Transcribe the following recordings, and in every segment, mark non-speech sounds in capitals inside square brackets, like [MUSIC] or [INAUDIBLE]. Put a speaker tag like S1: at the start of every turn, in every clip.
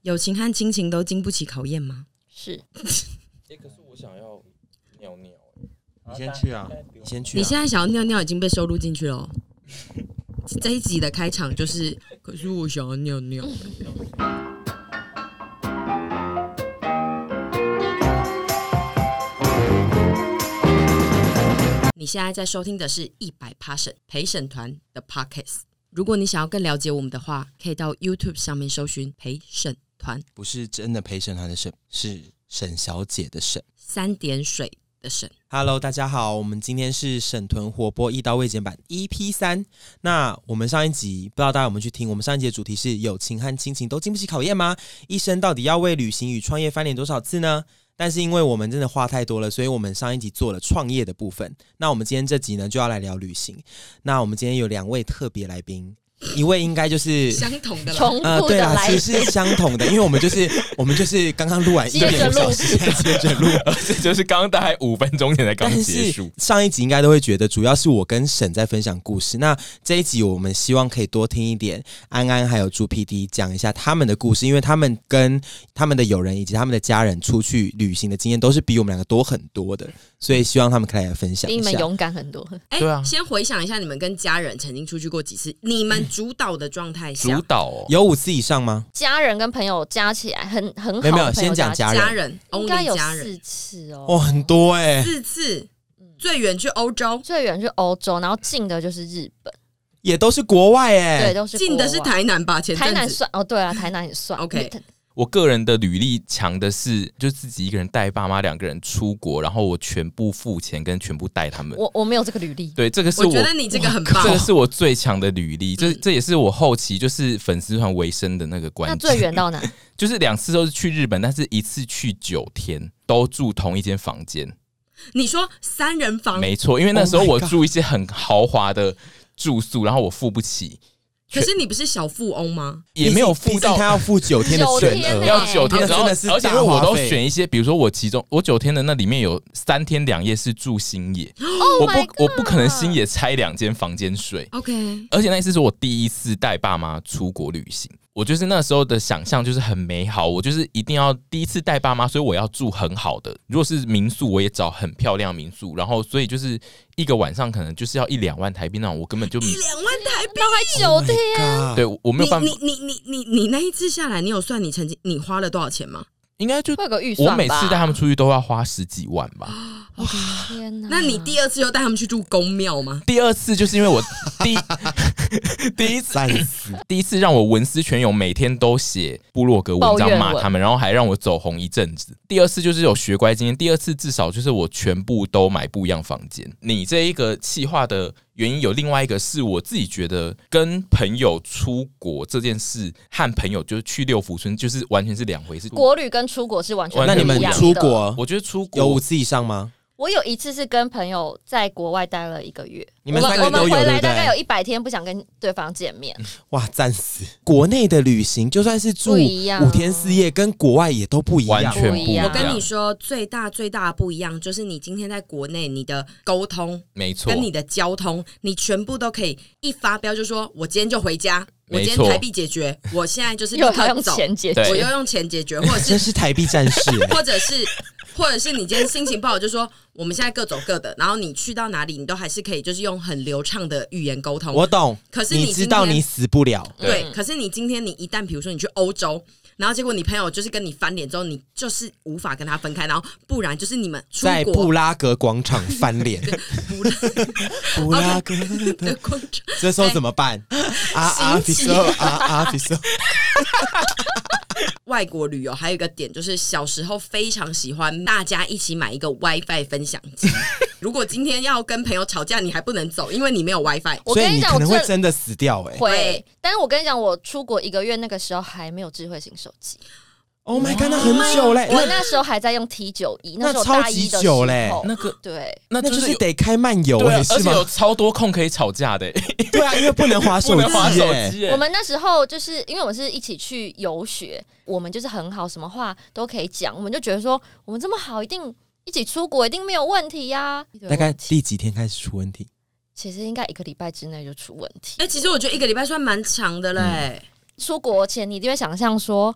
S1: 友情和亲情都经不起考验吗？
S2: 是
S3: 哎，可是我想要尿尿。欸
S4: 你先去啊，你先去、啊。
S1: 你现在想要尿尿已经被收录进去了哦。 [LAUGHS] 这一集的开场就是，可是我想要尿尿。你现在在收听的是《一百 p a s s 陪审团的 Podcast。如果你想要更了解我们的话，可以到 YouTube 上面搜寻“陪审团
S4: 不是真的陪审团的审，是沈小姐的沈。
S1: 三点水的审
S4: Hello，大家好，我们今天是沈屯活泼一刀未剪版 EP 三。那我们上一集不知道大家有没有去听？我们上一集的主题是友情和亲情都经不起考验吗？一生到底要为旅行与创业翻脸多少次呢？但是因为我们真的话太多了，所以我们上一集做了创业的部分。那我们今天这集呢，就要来聊旅行。那我们今天有两位特别来宾，一位应该就
S1: [LAUGHS]
S4: 是
S1: 相同的啦。
S2: 重
S4: 呃，
S2: 复
S4: 对
S2: 的
S4: 啦，
S2: 来
S4: 其实是相同的，因为我们 [LAUGHS] 就是我们就是刚刚录完一
S2: 接着
S4: 个小时，接着录。
S3: 而且就是刚刚大概五分钟前才 [LAUGHS] 刚
S4: 但
S3: 结
S4: 是
S3: 束，
S4: 上一集应该都会觉得，主要是我跟沈在分享故事。那这一集我们希望可以多听一点安安还有朱 PD 讲一下他们的故事，因为他们跟他们的友人以及他们的家人出去旅行的经验都是比我们两个多很多的，所以希望他嗯们可以来分享
S2: 比
S4: 一
S2: 你们
S4: 下。
S2: 勇敢很多。
S1: 哎、
S3: 对啊
S1: 先回想一下，你们跟家人曾经出去过几次？你们主导的状态下
S3: 主，导哦，
S4: 有五次以上吗？
S2: 家人跟朋友加起来很很好，
S4: 没有没有，先讲
S2: 家，
S1: 家。
S4: 家人
S1: 人
S2: 应该
S1: only
S2: 有
S1: 家人
S2: 四次
S4: 哇、
S2: 哦。
S4: 很多哎、
S1: 四次，
S2: 嗯
S1: 最远去欧洲，
S2: 最远是欧洲，然后近的就是日本，
S4: 也都是国外哎、
S2: 对，都是
S1: 近的
S2: 国
S1: 是
S2: 外
S1: 台南吧？前
S2: 台
S1: 阵
S2: 南
S1: 子
S2: 算哦，对
S1: [LAUGHS]
S2: 啊，台南也算
S1: OK
S3: 我个人的履历强的是，就自己一个人带爸妈两个人出国，然后我全部付钱跟全部带他们。
S2: 我我没有这个履历，
S3: 对，这个是
S1: 我
S3: 我
S1: 觉得你这个很
S3: [LAUGHS] 这
S1: 棒
S3: 个，是我最强的履历，这
S1: 嗯
S3: 这也是我后期就是粉丝团维生的那个关
S2: 那
S3: 键。
S2: 最远到哪？
S3: [LAUGHS]
S1: 哦
S3: 就是两次都是去日本，但是一次去九天，都住同一间房间。
S1: 你说三人房，
S3: 没错，因为那时候
S4: Oh my
S3: 我
S4: God
S3: 住一些很豪华的住宿，然后我付不起，
S1: 可是你不是小富翁吗？
S3: 也没有付
S4: 毕竟
S3: 到
S4: 他要付九天的
S2: 九
S4: 全
S2: 天
S4: 额，
S2: 欸
S3: 要九
S4: 嗯
S3: 天，
S4: 那
S3: 然后
S4: 真的是
S3: 而且因
S4: 大
S3: 为
S4: 花
S3: 我都
S4: 费
S3: 选一些，比如说我其中我九天的那里面有三天两夜是住新野，我
S2: 哦 Oh my
S3: 不我不可能新野拆两间房间睡。
S1: OK，
S3: 而且那一次是我第一次带爸妈出国旅行，我就是那时候的想象就是很美好，我就是一定要第一次带爸妈，所以我要住很好的。如果是民宿，我也找很漂亮的民宿，然后所以就是一个晚上可能就是要一两万台币那种，我根本就
S1: 一两万台币，
S2: 那还九天，
S4: 天
S3: 对我我没有办法
S1: 你，你你你你你那一次下来，你有算你曾经你花了多少钱吗？
S3: 应该就
S2: 会有个预算
S3: 我
S2: 吧。哦
S3: 每次带他们出去都要花十几万吧。
S2: 天哪，
S1: 那你第二次又带他们去住公庙吗？
S3: 第二次就是因为我第一第一次
S4: 三次，
S3: 第一次让我文思泉涌，每天都写部落格文
S2: 抱
S3: 章
S2: 怨
S3: 骂
S2: 文
S3: 他们，然后还让我走红一阵子。第二次就是有学乖经验，第二次至少就是我全部都买不一样房间。你这一个气化的原因有另外一个是我自己觉得跟朋友出国这件事和朋友就是去六福村就是完全是两回事。
S2: 国旅跟出国是完全
S3: 完
S4: 那
S3: 全
S4: 你
S2: 不
S4: 们
S2: 一样的
S4: 出国
S3: 我觉得出国
S4: 有五次以上吗？
S2: 我有一次是跟朋友在国外待了一个月，
S4: 你们
S2: 我
S4: 三个
S2: 我们
S4: 都有
S2: 回来
S4: 对不对
S2: 大概有一百天不想跟对方见面，
S4: 哇，赞死！国内的旅行就算是住
S2: 不一样
S4: 五天四夜，跟国外也都不一
S3: 完
S4: 样。
S3: 全不一
S2: 不一样
S3: 样。
S1: 我跟你说，最大最大的不一样就是你今天在国内，你的沟通
S3: 没错，
S1: 跟你的交通，你全部都可以一发飙，就说我今天就回家，我
S3: 没
S1: 今天
S3: 错
S1: 台币解决，我现在就是立
S2: 又要
S1: 刻
S2: 用
S1: 走，
S2: 钱解
S3: 对
S2: 决。
S1: 我又用钱解决，或者
S3: [LAUGHS]
S1: 是
S4: 真是台币战士欸
S1: 或者是，或者是你今天心情不好，就说我们现在各走各的，然后你去到哪里，你都还是可以，就是用很流畅的语言沟通。
S4: 我懂，
S1: 可是你
S4: 你知道
S1: 今天
S4: 你死不了，
S1: 对，可是你今天你一旦比如说你去欧洲，然后结果你朋友就是跟你翻脸之后，你就是无法跟他分开，然后不然就是你们出
S4: 在布
S1: 国
S4: 拉格广场翻脸。布拉格
S1: 的
S4: 的，
S1: 过程，
S4: 这时候怎么办？啊啊，比
S1: 心急
S4: 说啊啊，比说，
S1: 外国旅游还有一个点就是小时候非常喜欢大家一起买一个 WiFi 分享 [LAUGHS] 机。如果今天要跟朋友吵架，你还不能走，因为你没有 WiFi。
S2: 我
S4: 所
S2: 跟
S4: 以你
S2: 讲，
S4: 可
S2: 我
S4: 能
S2: 真
S4: 会
S2: 的
S4: 真的死掉哎。
S2: 会，但是我跟你讲，我出国一个月那个时候还没有智慧型手机，
S4: Oh my god，那很久嘞，
S2: 我那时候还在用 T 九一，
S4: 那
S2: 时候大一的时候
S4: 超级久嘞
S3: 那个
S2: 对，
S3: 那
S4: 那
S3: 就
S4: 就是是。得开漫游
S3: 对啊
S4: 哎，，
S3: 而
S4: 是
S3: 且
S4: 吗
S3: 有？超多空可以吵架的、欸
S4: [LAUGHS] 对啊，因为不能划手
S3: 不能滑
S4: 机
S3: 手
S4: 哎。
S3: 机、欸。
S2: 我们那时候就是因为我们是一起去游学，我们就是很好，什么话都可以讲，我们就觉得说我们这么好，一定一起出国一定没有问题呀、
S4: 大概第几天开始出问题？
S2: 其实应该一个礼拜之内就出问题。
S1: 哎、其实我觉得一个礼拜算蛮长的嘞、
S2: 出国前，你一定会想象说，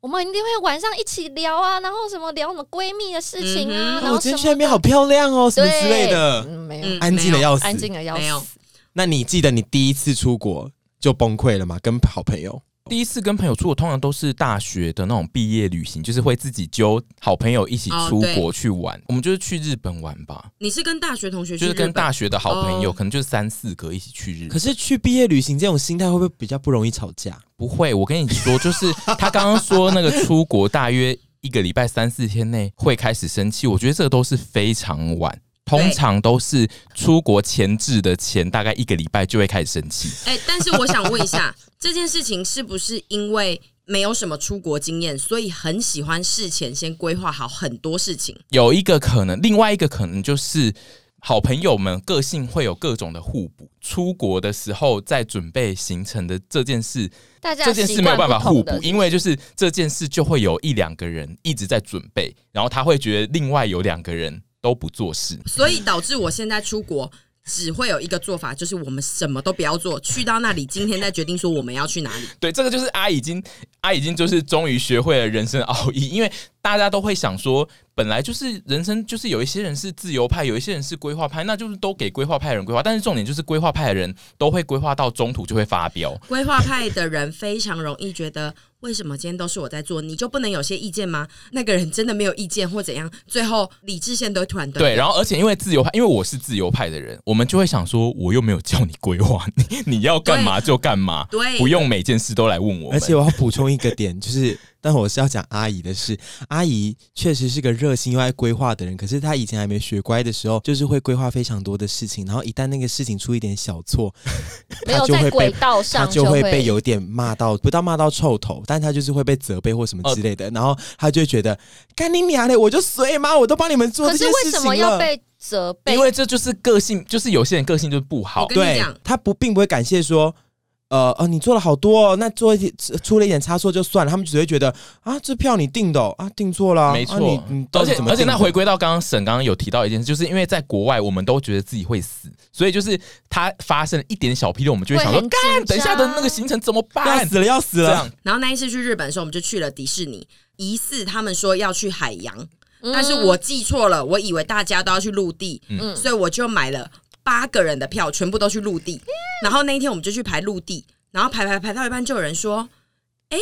S2: 我们一定会晚上一起聊啊，然后什么聊什么闺蜜的事情啊，
S1: 嗯哼
S2: 然
S4: 哦
S2: 后
S4: 我今
S2: 什
S4: 天去那
S2: 么
S4: 边好漂亮哦，什么
S2: 对
S4: 之类的，
S2: 嗯没有
S1: 嗯，
S4: 安静的
S1: 没有
S4: 要死。
S2: 安静的要
S1: 没有
S2: 死。
S4: 那你记得你第一次出国就崩溃了吗？跟好朋友？
S3: 第一次跟朋友出国，通常都是大学的那种毕业旅行，就是会自己揪好朋友一起
S1: 哦
S3: 出
S1: 对
S3: 国去玩。我们就是去日本玩吧，
S1: 你是跟大学同学去
S3: 就
S1: 日
S3: 是
S1: 本，
S3: 跟大学的好朋友，
S1: 哦
S3: 可能就是三四个一起去日本。
S4: [LAUGHS] 可是去毕业旅行这种心态会不会比较不容易吵架？
S3: 不会，我跟你说，就是他刚刚说那个出国大约一个礼拜三四天内会开始生气，我觉得这个都是非常晚。通常都是出国前置的前大概一个礼拜就会开始生气，
S1: 哎、但是我想问一下， [LAUGHS] 这件事情是不是因为没有什么出国经验，所以很喜欢事前先规划好很多事情？
S3: 有一个可能，另外一个可能就是好朋友们个性会有各种的互补。出国的时候在准备行程的这件事，
S2: 大家
S3: 这件事
S2: 习
S3: 没有
S2: 惯
S3: 办法
S2: 不同
S3: 互
S2: 的
S3: 补，因为就是这件事就会有一两个人一直在准备，然后他会觉得另外有两个人都不做事。
S1: 所以导致我现在出国。只会有一个做法，就是我们什么都不要做，去到那里今天再决定说我们要去哪里。
S3: 对，这个就是阿已经阿已经就是终于学会了人生奥义，因为大家都会想说，本来就是人生就是有一些人是自由派，有一些人是规划派，那就是都给规划派的人规划。但是重点就是规划派的人都会规划到中途就会发飙。
S1: 规划派的人非常容易觉得，为什么今天都是我在做，你就不能有些意见吗？那个人真的没有意见或怎样，最后理智线都会突然断
S3: 对，然后而且因为自由派，因为我是自由派的人，我们就会想说，我又没有叫你规划，你你要干嘛就干嘛，
S1: 对
S3: 不用每件事都来问我们。
S4: [LAUGHS] 而且我要补充一个点，就是， [LAUGHS] 但我是要讲阿姨的事。阿姨确实是个热心又爱规划的人，可是她以前还没学乖的时候，就是会规划非常多的事情，然后一旦那个事情出一点小错，
S2: [LAUGHS] 没有
S4: 他就
S2: 在
S4: 会
S2: 轨
S4: 被
S2: 道
S4: 她
S2: 上
S4: 就
S2: 会
S4: 会被有点骂到，不到骂到臭头，但她就是会被责备或什
S3: 哦
S4: 么之类的，然后她就会觉得干你娘嘞，我就随妈，我都帮你们做
S2: 可
S4: 这
S2: 是
S4: 些
S2: 为
S4: 事
S2: 什
S4: 情
S2: 么要
S4: 了。
S2: 被责备
S3: 因？为这就是个性，就是有些人个性就是不好
S1: 我跟，你
S4: 对
S1: 讲，
S4: 她不并不会感谢说。呃哦，你做了好多、哦，那做一点出了一点差错就算了，他们只会觉得啊，这票你订的、哦、啊，订错了啊、啊，
S3: 没错。
S4: 你你到
S3: 而
S4: 底
S3: 且
S4: 怎么
S3: 而且
S4: 订的
S3: 那回归到刚刚沈刚刚有提到一件事，就是因为在国外我们都觉得自己会死，所以就是他发生了一点小纰漏，我们就会想说，
S2: 会很紧张
S3: 干，等一下的那个行程怎么
S4: 要
S3: 办？
S4: 死了要死
S3: 这
S4: 了
S3: 样，
S1: 然后那一次去日本的时候，我们就去了迪士尼，疑似他们说要去海洋，
S2: 嗯
S1: 但是我记错了，我以为大家都要去陆地，
S2: 嗯
S1: 所以我就买了八个人的票，全部都去陆地。然后那一天我们就去排陆地，然后排排排到一半，就有人说：“哎、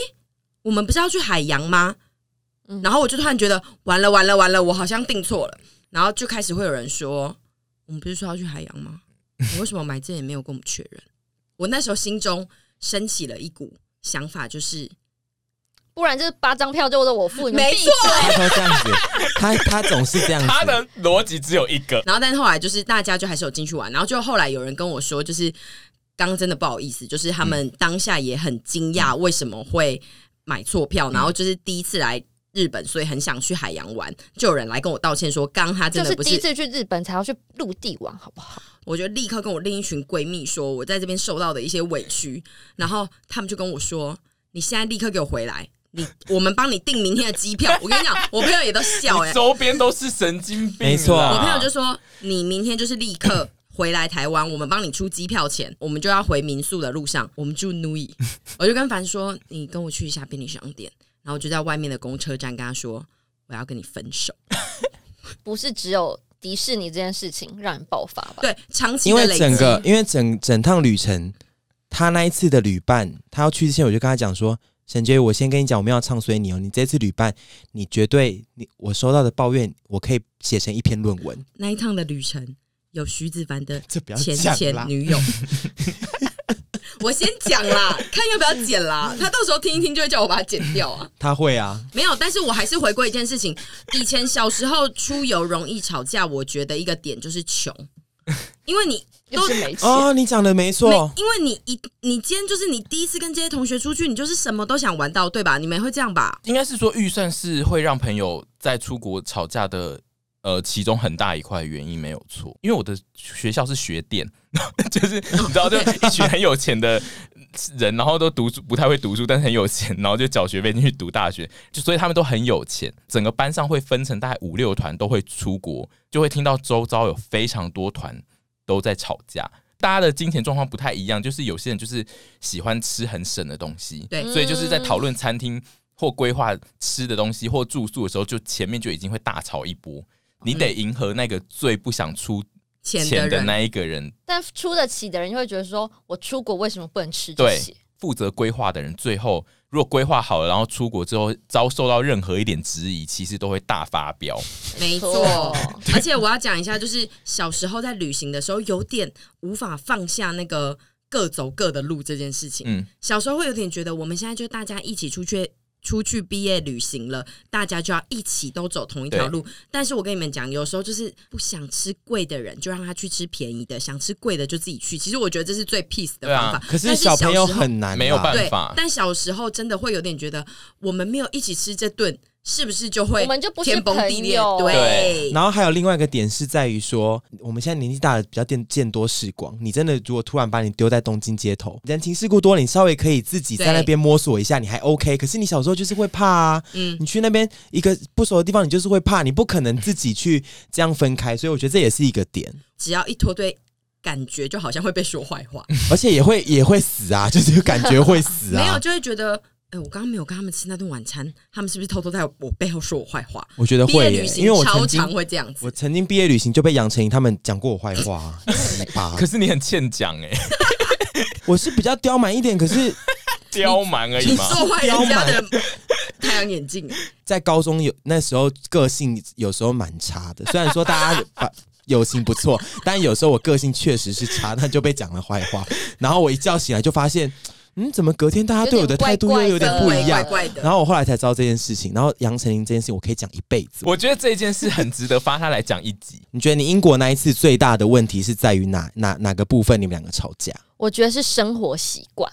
S1: 我们不是要去海洋吗？”
S2: 嗯
S1: 然后我就突然觉得完了完了完了，我好像订错了。然后就开始会有人说：“我们不是说要去海洋吗？你为什么买这也没有跟我们确认？”我那时候心中升起了一股想法，就是
S2: 不然就是八张票就是我付，你们
S1: 没
S2: 闭
S1: 错
S4: 他都这样子，他他总是这样子。
S3: 他的逻辑只有一
S1: [LAUGHS]
S3: 个，
S1: 然后，但是后来就是大家就还是有进去玩，然后就后来有人跟我说，就是刚刚真的不好意思，就是他们当下也很惊
S2: 嗯
S1: 讶为什么会买错票，然后就是第一次来日本，所以很想去海洋玩，就有人来跟我道歉说，刚刚他真
S2: 就
S1: 的
S2: 是
S1: 不
S2: 第一
S1: 是，
S2: 次去日本才要去陆地玩，好不好？
S1: 我就立刻跟我另一群闺蜜说我在这边受到的一些委屈，然后他们就跟我说，你现在立刻给我回来。你我们帮你订明天的机票，我跟你讲，我朋友也都笑哎、欸
S3: 周边都是神经病啦。
S4: 没错啊
S1: 我朋友就说：“你明天就是立 [LAUGHS] 刻回来台湾，我们帮你出机票钱，我们就要回民宿的路上，我们住 Nui。”我就跟凡说：“你跟我去一下便利商店。”然后我就在外面的公车站跟他说：“我要跟你分手。
S2: 不是只有迪士尼这件事情让人爆发吧？
S1: 对，长期
S4: 因
S1: 的
S4: 为
S1: 累积
S4: 整，个，因为整整趟旅程，他那一次的旅伴，他要去之前，我就跟他讲说，沈杰，我先跟你讲，我们要唱衰你哦，你这次旅伴，你绝对，你我收到的抱怨，我可以写成一篇论文，
S1: 那一趟的旅程有徐子凡的
S4: 这不要
S1: 前
S4: 讲
S1: 前
S4: 啦。
S1: 女 [LAUGHS] 友。我先讲啦，看要不要剪啦。他到时候听一听就会叫我把它剪掉啊。
S4: 他会啊，
S1: 没有，但是我还是回归一件事情。以前小时候出游容易吵架，我觉得一个点就是
S2: [LAUGHS]
S1: 穷，因为你
S2: 又
S1: 都
S2: 是没钱，
S4: 哦，你讲的没
S1: 没
S3: 啊
S4: 错，
S1: 因为你一你今天就是你第一次跟这些同学出去，你就是什么都想玩到，对吧？你们会这样吧？
S3: 应该是说预算是会让朋友在出国吵架的，呃，其中很大一块原因没有错，因为我的学校是学电，就是你知道，就一群很有钱的人，然后都读书不太会读书，但是很有钱，然后就缴学费进去读大学，就所以他们都很有钱。整个班上会分成大概五六团，都会出国，就会听到周遭有非常多团都在吵架。大家的金钱状况不太一样，就是有些人就是喜欢吃很省的东西，
S1: 对
S3: 所以就是在讨论餐厅或规划吃的东西或住宿的时候，就前面就已经会大吵一波。你得迎合那个最不想出
S1: 钱嗯的
S3: 钱的
S1: 人
S3: 那一个人，
S2: 但出得起的人就会觉得说，我出国为什么不能吃这
S3: 对
S2: 些？
S3: 负责规划的人，最后如果规划好了，然后出国之后遭受到任何一点质疑，其实都会大发 [LAUGHS] 飙。
S1: 没错
S2: 错，
S1: 而且我要讲一下，就是小时候在旅行的时候，有点无法放下那个各走各的路这件事情。
S3: 嗯，
S1: 小时候会有点觉得，我们现在就大家一起出去出去毕业旅行了，大家就要一起都走同一条路。但是我跟你们讲，有时候就是不想吃贵的人，就让他去吃便宜的；想吃贵的就自己去。其实我觉得这是最 peace 的
S3: 对
S1: 方
S3: 啊
S1: 法。
S4: 可是
S1: 但是
S4: 小朋友
S1: 时候
S4: 很难啦，啊
S3: 没有办
S1: 对
S3: 法，
S1: 但小时候真的会有点觉得，我们没有一起吃这顿，是不是就会
S2: 我们就不是
S1: 天崩地裂
S2: 朋？友
S1: 对，
S4: 然后还有另外一个点是在于说，我们现在年纪大了，比较见见多识广。你真的如果突然把你丢在东京街头，人情世故多，你稍微可以自己在那边摸索一下，你还 OK。可是你小时候就是会怕啊，
S1: 嗯，
S4: 你去那边一个不熟的地方，你就是会怕，你不可能自己去这样分开。所以我觉得这也是一个
S1: [LAUGHS]
S4: 点，
S1: 只要一脱队，感觉就好像会被说坏
S4: [LAUGHS]
S1: 话，
S4: 而且也会也会死啊， [LAUGHS] 就是感觉会死
S1: 没有
S4: 啊。
S1: 就会觉得，哎、我刚刚没有跟他们吃那顿晚餐，他们是不是偷偷在我背后说我坏话？
S4: 我觉得
S1: 毕业
S4: 会
S1: 旅
S4: 耶，
S1: 行
S4: 因为我
S1: 超
S4: 曾
S1: 常
S4: 经
S1: 会这样子
S4: 我，曾经毕业旅行就被杨丞琳他们讲过我坏话、
S1: [LAUGHS]
S4: 啊，鸡巴
S3: 可是你很欠讲 [LAUGHS] 哎、欸，
S4: 我是比较刁蛮一点，可是
S3: 刁蛮而已
S1: 你
S3: 嘛。
S1: 做坏人家的太阳眼镜，
S4: 在高中有那时候个性有时候蛮差的，虽然说大家把友情不错，但有时候我个性确实是差，那就被讲了坏话。然后我一觉醒来就发现，嗯，怎么隔天大家对我的态度又有点不一
S1: 怪
S4: 样？
S1: 怪的。
S4: 然后我后来才知道这件事情，然后杨丞琳这件事情我可以讲一辈子。
S3: [LAUGHS] 我觉得这件事很值得发他来讲一集。
S4: 你觉得你英国那一次最大的问题是在于哪哪哪个部分？你们两个吵架？
S2: 我觉得是生活习惯，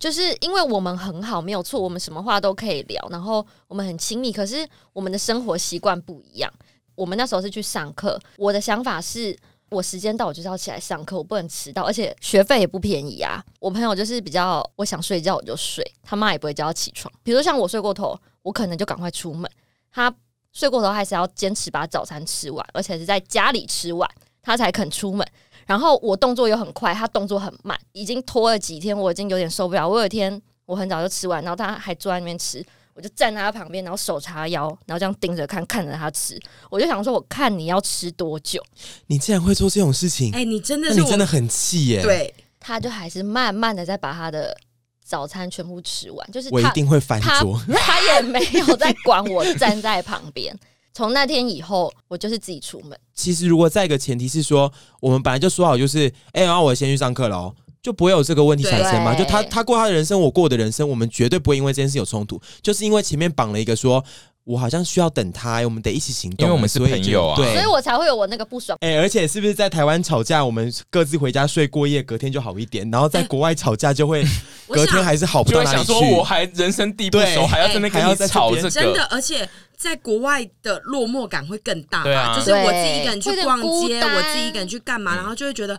S2: 就是因为我们很好，没有错，我们什么话都可以聊，然后我们很亲密，可是我们的生活习惯不一样。我们那时候是去上课，我的想法是。我时间到，我就是要起来上课，我不能迟到，而且学费也不便宜啊。我朋友就是比较，我想睡觉我就睡，他妈也不会叫他起床。比如说像我睡过头，我可能就赶快出门，他睡过头还是要坚持把早餐吃完，而且是在家里吃完，他才肯出门。然后我动作又很快，他动作很慢，已经拖了几天，我已经有点受不了。我有一天我很早就吃完，然后他还坐在那边吃，我就站在他旁边，然后手叉腰，然后这样盯着看，看着他吃。我就想说，我看你要吃多久，
S4: 你竟然会做这种事情？
S1: 哎、你真的
S4: 那
S1: 是
S4: 你
S1: 我，
S4: 真的很气耶！，
S1: 对，
S2: 他就还是慢慢的在把他的早餐全部吃完，就是
S4: 我一
S2: 他
S4: 定会翻
S2: 他
S4: 桌。
S2: [LAUGHS] 他也没有在管我站在旁边。从那天以后，我就是自己出门。
S4: 其实如果再一个前提是说，我们本来就说好，就是哎，然、后我先去上课了哦，就不会有这个问题产生嘛。
S2: 对
S4: 就他他过他的人生，我过我的人生，我们绝对不会因为这件事有冲突，就是因为前面绑了一个说，我好像需要等他，我们得一起行动，
S3: 因为我们是
S4: 所以就
S3: 朋友啊
S4: 对
S2: 所以。我才会有我那个不爽。
S4: 哎、而且是不是在台湾吵架，我们各自回家睡过夜，隔天就好一点，然后在国外吵架
S2: [LAUGHS]
S4: 就会 [LAUGHS]
S1: 我
S4: 隔
S1: 想
S4: 天还是好不
S3: 就
S4: 到
S3: 会
S4: 哪里
S3: 想
S4: 去。
S3: 说，我还人生地不熟，
S4: 对
S3: 还要在那
S4: 哎
S3: 边
S4: 还
S3: 跟
S4: 要
S3: 你
S4: 在这
S3: 吵
S4: 边？
S3: 这
S1: 真的
S3: 个，，
S1: 而且在国外的落寞感会更大
S3: 对
S1: 吧？
S3: 啊嗯
S1: 就是我自己一个人去
S2: 对
S1: 逛
S2: 会有
S1: 街，
S2: 点孤单
S1: 我自己一个人去干嘛，然后就会觉得。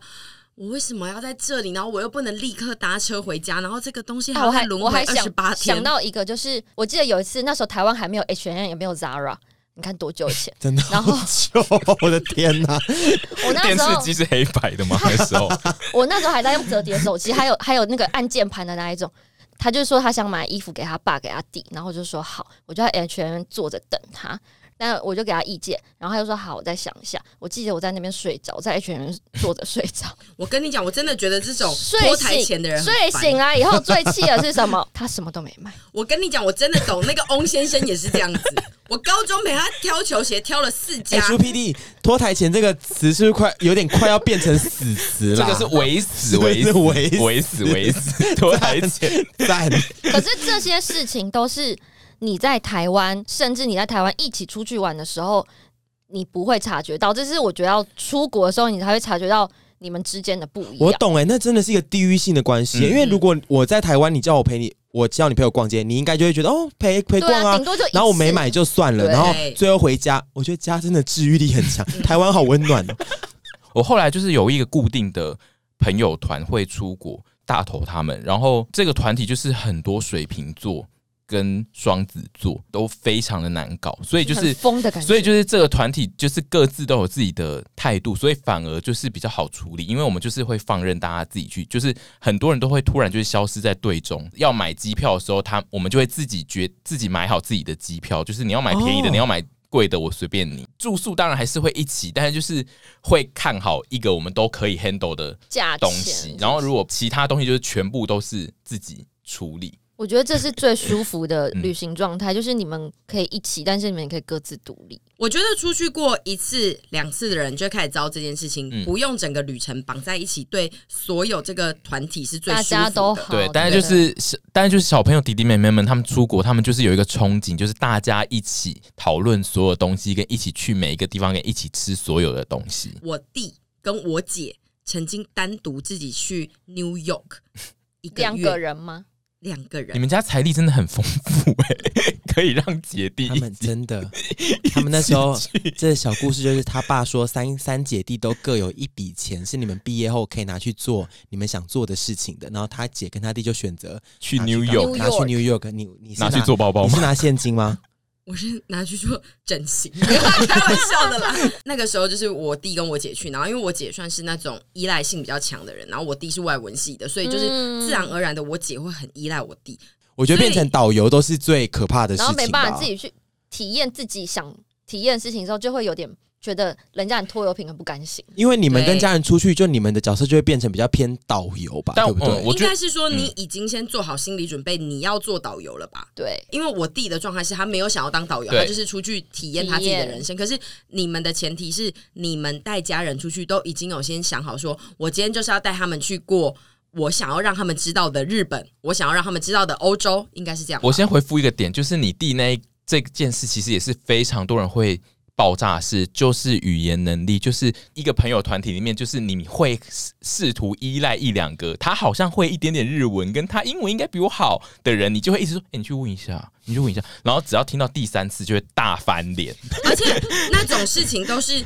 S1: 我为什么要在这里？然后我又不能立刻搭车回家，然后这个东西还
S2: 啊，我
S1: 要再
S2: 还
S1: 轮
S2: 我
S1: 回
S2: 还
S1: 二
S2: 想
S1: 十八天。
S2: 想到一个，就是我记得有一次，那时候台湾还没有 H&M，也没有 Zara，你看多久以
S1: [LAUGHS]
S2: 前
S1: 哦
S4: 真的
S2: 然后
S4: 好久， [LAUGHS] 我的
S2: [LAUGHS]
S4: 天哪！
S2: 啊我那
S3: 电
S2: 时
S3: 视
S2: 候
S3: 机是黑白的嘛，那时候
S2: 我那时候还在用折叠手机，还有还有那个按键盘的那一种。他就说他想买衣服给他爸给他弟，然后我就说好，我就在 H&M 坐着等他。那我就给他意见，然后他就说好，我再想一下。我记得我在那边睡着，我在
S1: [LAUGHS]
S2: H&M 坐着睡着，
S1: 我跟你讲，我真的觉得这种
S2: 睡
S1: 脱台前
S2: 醒
S1: 的人很
S2: 睡
S1: 烦
S2: 醒啊来以后最气的是什么？他什么都没买。
S1: 我跟你讲，我真的懂那个翁先生也是这样子。我高中陪他挑球鞋，挑了四
S4: 哎、
S3: [LAUGHS]
S1: 家。
S4: 朱 PD，脱台前这个词是不是快有点快要变成死词
S3: [LAUGHS] [LAUGHS] 这
S4: 了？
S3: 个是围死围死
S4: 是围死
S3: 围死围死， [LAUGHS] 多台前
S4: 赞。
S2: [LAUGHS] 可是这些事情都是你在台湾，甚至你在台湾一起出去玩的时候，你不会察觉到。这是我觉得要出国的时候，你才会察觉到你们之间的不一
S4: 我
S2: 样。
S4: 懂哎、那真的是一个地域性的关系、欸
S3: 嗯
S4: 因为如果我在台湾，你叫我陪你，我叫你陪我逛街，你应该就会觉得哦陪陪
S2: 对
S4: 逛
S2: 啊，
S4: 啊
S2: 顶、多就一次
S4: 然后我没买。就算了，
S2: 对嗯
S4: 然后最后回家，我觉得家真的治愈力很强，台湾好温暖哦。
S3: 我后来就是有一个固定的朋友团会出国，大头他们，然后这个团体就是很多水瓶座跟双子座都非常的难搞，所以就
S2: 很
S3: 是。
S2: 疯的感觉，
S3: 所以就是这个团体，就是各自都有自己的态度，所以反而就是比较好处理，因为我们就是会放任大家自己去，就是很多人都会突然就是消失在队中。要买机票的时候，他我们就会自己决自己买好自己的机票，就是你要买便宜的，
S4: 哦
S3: 你要买贵的，我随便你。住宿当然还是会一起，但是就是会看好一个我们都可以 handle 的
S2: 价
S3: 东
S2: 钱
S3: 西，，然后如果其他东西就是全部都是自己处理。
S2: 我觉得这是最舒服的旅行状态，就是你们可以一起，但是你们也可以各自独立。
S1: 我觉得出去过一次、两次的人就会开始知道这件事情，
S3: 嗯
S1: 不用整个旅程绑在一起，对所有这个团体是最
S2: 大
S1: 舒服
S2: 家都
S1: 的
S2: 好，
S3: 对，但是就是小，但是就是小朋友弟弟妹妹们，他们出国，他们就是有一个憧憬，就是大家一起讨论所有东西，跟一起去每一个地方，跟一起吃所有的东西。
S1: 我弟跟我姐曾经单独自己去 New York 一个
S2: 两
S1: 月，
S2: 个人吗？
S1: 两个人
S3: 你们家财力真的很丰富哎、 [LAUGHS] 可以让姐
S4: [LAUGHS]
S3: 弟
S4: 他
S3: 一
S4: 们
S3: 起
S4: 真 [LAUGHS] 的，他们那时候
S3: 去
S4: 这小故事就是他爸说三三姐弟都各有一笔钱，是你们毕业后可以拿去做你们想做的事情的。然后他姐跟他弟就选择
S3: 去
S4: 拿
S3: New
S4: 去
S3: York
S4: 拿去 New York，你你是
S3: 拿去做包包
S4: 你
S3: 吗
S4: 是？拿现金吗？
S1: 我是拿去做整形，开玩笑的
S2: [LAUGHS]
S1: 啦。那个时候就是我弟跟我姐去，然后因为我姐算是那种依赖性比较强的人，然后我弟是外文系的，所以就是
S2: 嗯
S1: 自然而然的，我姐会很依赖我弟。
S4: 我觉得
S1: 所以
S4: 变成导游都是最可怕的事
S2: 然
S4: 情
S2: 后
S4: 吧。
S2: 没办法自己去体验自己想体验的事情之后，就会有点觉得人家很拖油瓶，很不甘心。
S4: 因为你们跟
S1: 对
S4: 家人出去，就你们的角色就会变成比较偏导游吧，
S3: 但
S4: 对不对？
S3: 嗯我
S1: 应
S3: 觉得
S1: 该是说你已经先做好心理准备，你要做导游了吧？
S2: 对，
S1: 因为我弟的状态是他没有想要当导游，
S3: 对
S1: 他就是出去体验他自己的人生。可是你们的前提是，你们带家人出去都已经有先想好说，我今天就是要带他们去过我想要让他们知道的日本，我想要让他们知道的欧洲，应该是这样吧。
S3: 我先回复一个点，就是你弟那一这件事，其实也是非常多人会爆炸的事，就是语言能力，就是一个朋友团体里面，就是你会试试图依赖一两个，他好像会一点点日文，跟他英文应该比我好的人，你就会一直说，哎、你去问一下，你去问一下，然后只要听到第三次，就会大翻脸。
S1: 而且那种事情都是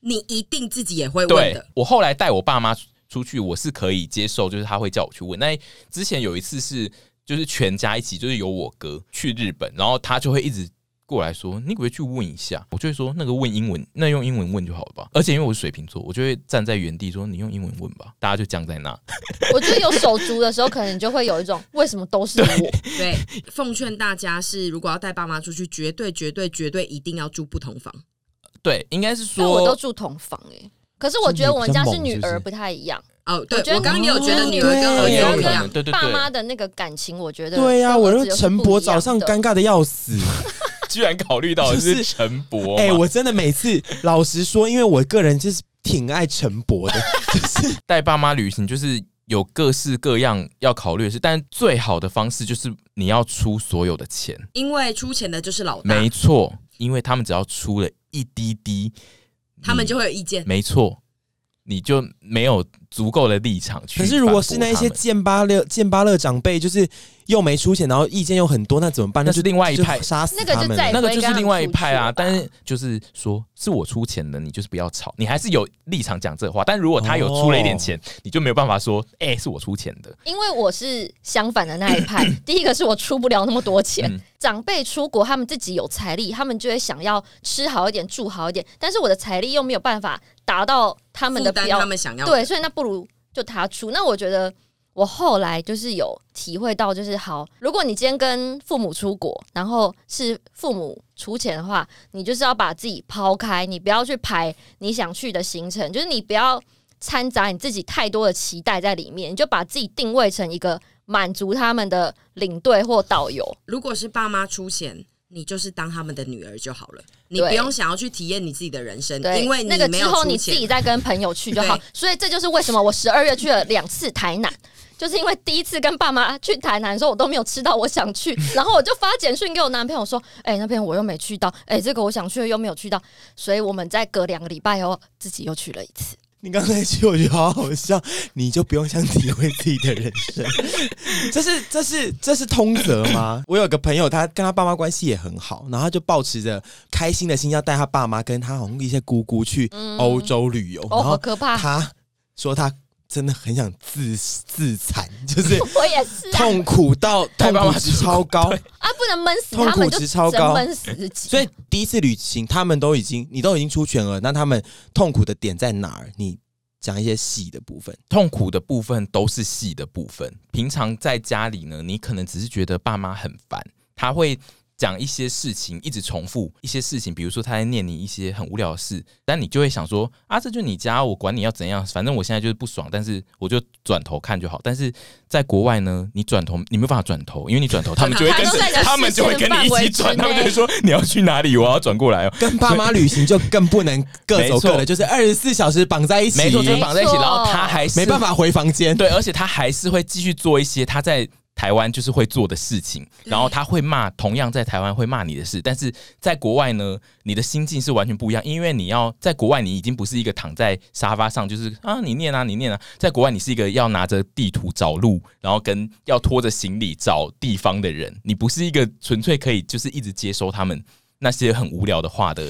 S1: 你一定自己也会问
S3: 对 [LAUGHS]
S1: 的。
S3: 我后来带我爸妈出去，我是可以接受，就是他会叫我去问。那之前有一次是，就是全家一起，就是有我哥去日本，然后他就会一直。过来说，你可不可以去问一下？我就会说，那个问英文，那用英文问就好了吧。而且因为我是水瓶座，我就会站在原地说，你用英文问吧。大家就僵在那。 [LAUGHS]
S2: 我觉得有手足的时候，可能你就会有一种为什么都是我？
S1: 对，奉劝大家是，如果要带爸妈出去，绝对、绝对、绝对一定要住不同房。
S3: 对，应该是
S2: 但我都
S3: 说，
S2: 住同房哎、可是我觉得我们家是女
S4: 这
S2: 儿
S4: 你比较猛是不
S2: 不
S4: 是
S2: 太一样，
S1: 哦，对
S2: 我觉得
S1: 我刚刚也有觉得女
S4: 哦
S1: 儿跟儿
S2: 女
S1: 子
S3: 也有
S1: 不
S3: 可
S1: 一
S3: 能
S1: 样，
S3: 对对
S2: 爸
S3: 对
S2: 妈，的那个感情，我觉得
S4: 对呀、
S2: 呀、
S4: 我
S2: 认
S4: 认为陈博早上尴尬的要死。
S3: 居然考虑到的
S4: 就是是
S3: 陈博
S4: [LAUGHS]
S3: 嘛。
S4: 哎、我真的每次老实说，因为我个人就是挺爱陈博 [LAUGHS] 的，
S3: 带爸妈旅行就是有各式各样要考虑的事，但最好的方式就是你要出所有的钱。
S1: 因为出钱的就是老大
S3: 没，错，因为他们只要出了一滴滴，
S1: 他们
S3: 你
S1: 就会有意见。
S3: 没错，你就没有足够的立场去
S4: 可
S3: 反驳
S4: 是
S3: 他们。
S4: 如果是那一些剑巴勒剑巴勒长辈，就是又没出钱，然后意见又很多，那怎么办？
S3: 那
S4: 就是
S3: 另外一派
S4: 就杀死
S2: 那个
S4: 他
S2: 就
S4: 们
S2: 再也
S4: 了
S3: 那
S2: 不
S3: 个
S2: 会
S3: 就
S2: 跟他
S3: 是
S2: 们
S3: 另外一
S2: 出去
S3: 派啊，
S2: 了吧
S3: 但是就是说是我出钱的，你就是不要吵，你还是有立场讲这话。但如果他有出了一点
S4: 哦
S3: 钱，你就没有办法说，哎、是我出钱的。
S2: 因为我是相反的那一派，第一个是我出不了那么多钱，
S3: 嗯
S2: 长辈出国他们自己有财力，他们就会想要吃好一点、住好一点，但是我的财力又没有办法达到他们的
S1: 负担
S2: 标
S1: 他们想要的
S2: 对，所以那不如就他出。那我觉得我后来就是有体会到，就是好，如果你今天跟父母出国，然后是父母出钱的话，你就是要把自己抛开，你不要去排你想去的行程，就是你不要掺杂你自己太多的期待在里面，你就把自己定位成一个满足他们的领队或导游。
S1: 如果是爸妈出钱，你就是当他们的女儿就好了，你
S2: 对
S1: 不用想要去体验你自己的人生，
S2: 对，
S1: 因为
S2: 那个
S1: 没
S2: 之
S1: 有
S2: 后
S1: 出
S2: 你自己
S1: 钱。
S2: 再跟朋友去就好
S1: 对。
S2: 所以这就是为什么我十二月去了两次台南，就是因为第一次跟爸妈去台南的时候，我都没有吃到我想去，然后我就发简讯给我男朋友说：“哎、那边我又没去到，哎、这个我想去的又没有去到。”所以我们在隔两个礼拜后自己又去了一次。
S4: 你刚才一句我觉得好好笑，你就不用想体会自己的人生， [LAUGHS] 这是这是这是通则吗？ [COUGHS] 我有个朋友，他跟他爸妈关系也很好，然后他就抱持着开心的心要带他嗯爸妈跟他好像一些姑姑去欧洲旅游，
S2: 哦，
S4: 然
S2: 好
S4: 后
S2: 可怕！
S4: 他说他真的很想自自 [LAUGHS] 残，就是
S2: [LAUGHS] 我也是啊，
S4: 痛苦 [LAUGHS] 到
S3: 太
S4: 痛
S3: 爸妈
S4: 苦值超高。
S2: 啊不能闷死
S4: 痛
S2: 他们，
S4: 苦
S2: 就
S4: 值超
S2: 真
S4: 高
S2: 闷死自己。
S4: 所以第一次旅行，他们都已经你都已经出全额，那他们痛苦的点在哪儿？你讲一些细的部分。
S3: 痛苦的部分都是细的部分。平常在家里呢，你可能只是觉得爸妈很烦，他会讲一些事情，一直重复一些事情，比如说他在念你一些很无聊的事，但你就会想说啊，这就是你家，我管你要怎样，反正我现在就是不爽，但是我就转头看就好。但是在国外呢，你转头你没办法转头，因为你转头他们就会跟
S2: 他都在你的
S3: 着，他们就会跟
S2: 视
S3: 你
S2: 线
S3: 一
S2: 范围
S3: 起
S2: 之
S3: 转，他们就
S2: 内
S3: 会说你要去哪里，我要转过来哦。
S4: 跟爸妈旅行就更不能各走各
S3: 没错
S4: 的，就是二十四小时绑在一起，
S3: 没错，就是绑在一起，
S2: 没错
S3: 然后他还是
S4: 没办法回房间。
S3: 对，而且他还是会继续做一些他在台湾就是会做的事情，然后他会骂同样在台湾会骂你的事，但是在国外呢，你的心境是完全不一样，因为你要在国外，你已经不是一个躺在沙发上就是啊你念啊你念啊，在国外你是一个要拿着地图找路，然后跟要拖着行李找地方的人，你不是一个纯粹可以就是一直接收他们那些很无聊的话的。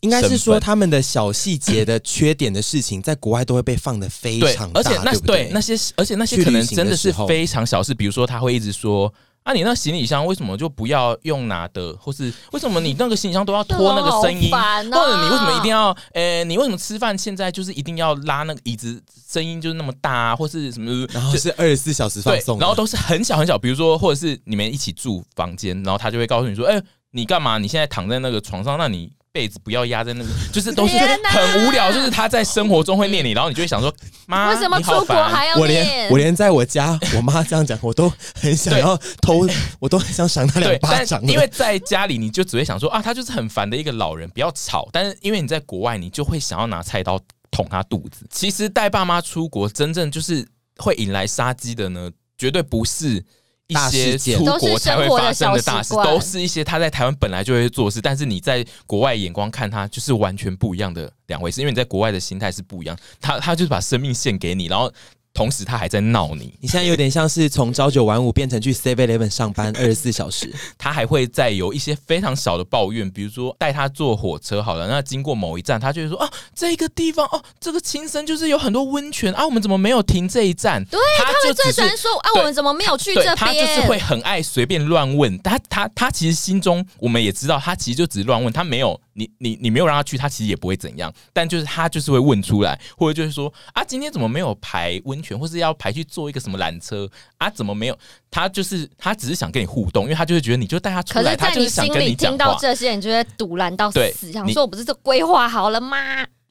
S4: 应该是说
S3: 身份
S4: 他们的小细节的缺点的事情，在国外都会被放的非
S3: 对
S4: 常，大，
S3: 而且那
S4: 对不对
S3: 那些，而且那些
S4: 去
S3: 可能
S4: 旅行的
S3: 真的是
S4: 时候
S3: 非常小事，比如说他会一直说。啊，你那行李箱为什么就不要用拿的，或是为什么你那个行李箱都要拖那个声音，
S2: 这种好烦啊
S3: 或者你为什么一定要，呃，你为什么吃饭现在就是一定要拉那个椅子，声音就是那么大、啊，或是什么，
S4: 然后是二十四小时放
S3: 对，
S4: 送的，
S3: 然后都是很小很小，比如说或者是你们一起住房间，然后他就会告诉你说，哎、你干嘛？你现在躺在那个床上，那你被子不要压在那个，就是都是
S2: 天哪
S3: 很无聊，就是他在生活中会念你，然后你就会想说，妈，
S2: 为什么
S3: 你好
S2: 出国
S3: 烦啊
S2: 还要
S4: 我连
S2: 念？
S4: 我连在我家，我妈这样讲，我都很想要
S3: [LAUGHS]
S4: 偷，我都很想赏她两
S3: 对，
S4: 巴掌了。
S3: 但因为在家里，你就只会想说啊，他就是很烦的一个老人，不要吵。但是因为你在国外，你就会想要拿菜刀捅他肚子。其实带爸妈出国，真正就是会引来杀机的呢，绝对不是。一
S4: 大
S3: 些
S4: 事件
S3: 出国才会发生的
S2: 都是生活的小
S3: 大事，
S2: 习惯
S3: 都是一些他在台湾本来就会做的事，但是你在国外眼光看他就是完全不一样的两回事，因为你在国外的心态是不一样，他他就是把生命献给你，然后同时他还在闹你，
S4: 你现在有点像是从朝九晚五变成去 Seven Eleven 上班二十四小时，
S3: 他还会再有一些非常小的抱怨，比如说带他坐火车好了，那经过某一站，他就会说啊，这个地方哦，这个青森就是有很多温泉啊，我们怎么没有停这一站？
S2: 对
S3: 他
S2: 他
S3: 就
S2: 们
S3: 只
S2: 最喜
S3: 是
S2: 欢说啊，
S3: 对
S2: 我们怎么没有去
S3: 对
S2: 这
S3: 他就是会
S2: 边？
S3: 很爱随便乱问，他他他其实心中我们也知道，他其实就只是乱问，他没有你你你没有让他去，他其实也不会怎样，但就是他就是会问出来，或者就是说啊，今天怎么没有排温泉，或是要排去坐一个什么缆车啊，怎么没有？他就是他只是想跟你互动，因为他就会觉得你就带他出
S2: 可
S3: 来，
S2: 是，
S3: 他
S2: 在
S3: 就是想
S2: 心
S3: 跟
S2: 里
S3: 讲
S2: 听到
S3: 话。
S2: 这些，你就会堵拦到
S3: 对
S2: 死，想
S3: 你
S2: 说我不是都规划好了吗？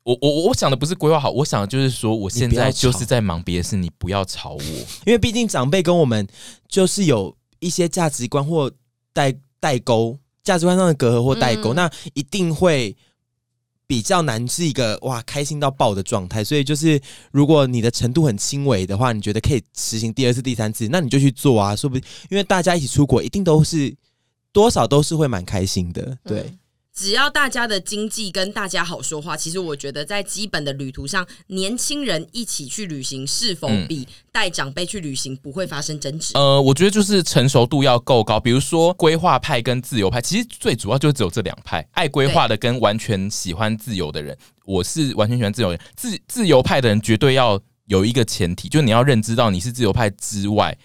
S3: 我我我我想的不是规划好，我想的就是说我现
S4: 你不
S3: 在
S4: 要
S3: 就
S4: 吵
S3: 是在忙别的事，你不要吵我。
S4: 因为毕竟长辈跟我们就是有一些价值观或代代沟，价值观上的隔阂或代沟，
S2: 嗯
S4: 那一定会比较难是一个哇开心到爆的状态。所以就是，如果你的程度很轻微的话，你觉得可以实行第二次、第三次，那你就去做啊，说不定因为大家一起出国，一定都是多少都是会蛮开心的，对。
S2: 嗯
S1: 只要大家的经济跟大家好说话，其实我觉得在基本的旅途上，年轻人一起去旅行，是否
S3: 嗯
S1: 比带长辈去旅行不会发生争执？
S3: 呃，我觉得就是成熟度要够高。比如说规划派跟自由派，其实最主要就只有这两派，爱规划的跟完全喜欢自由的人，我是完全喜欢自由的人。自自由派的人绝对要有一个前提，就是你要认知到你是自由派之外，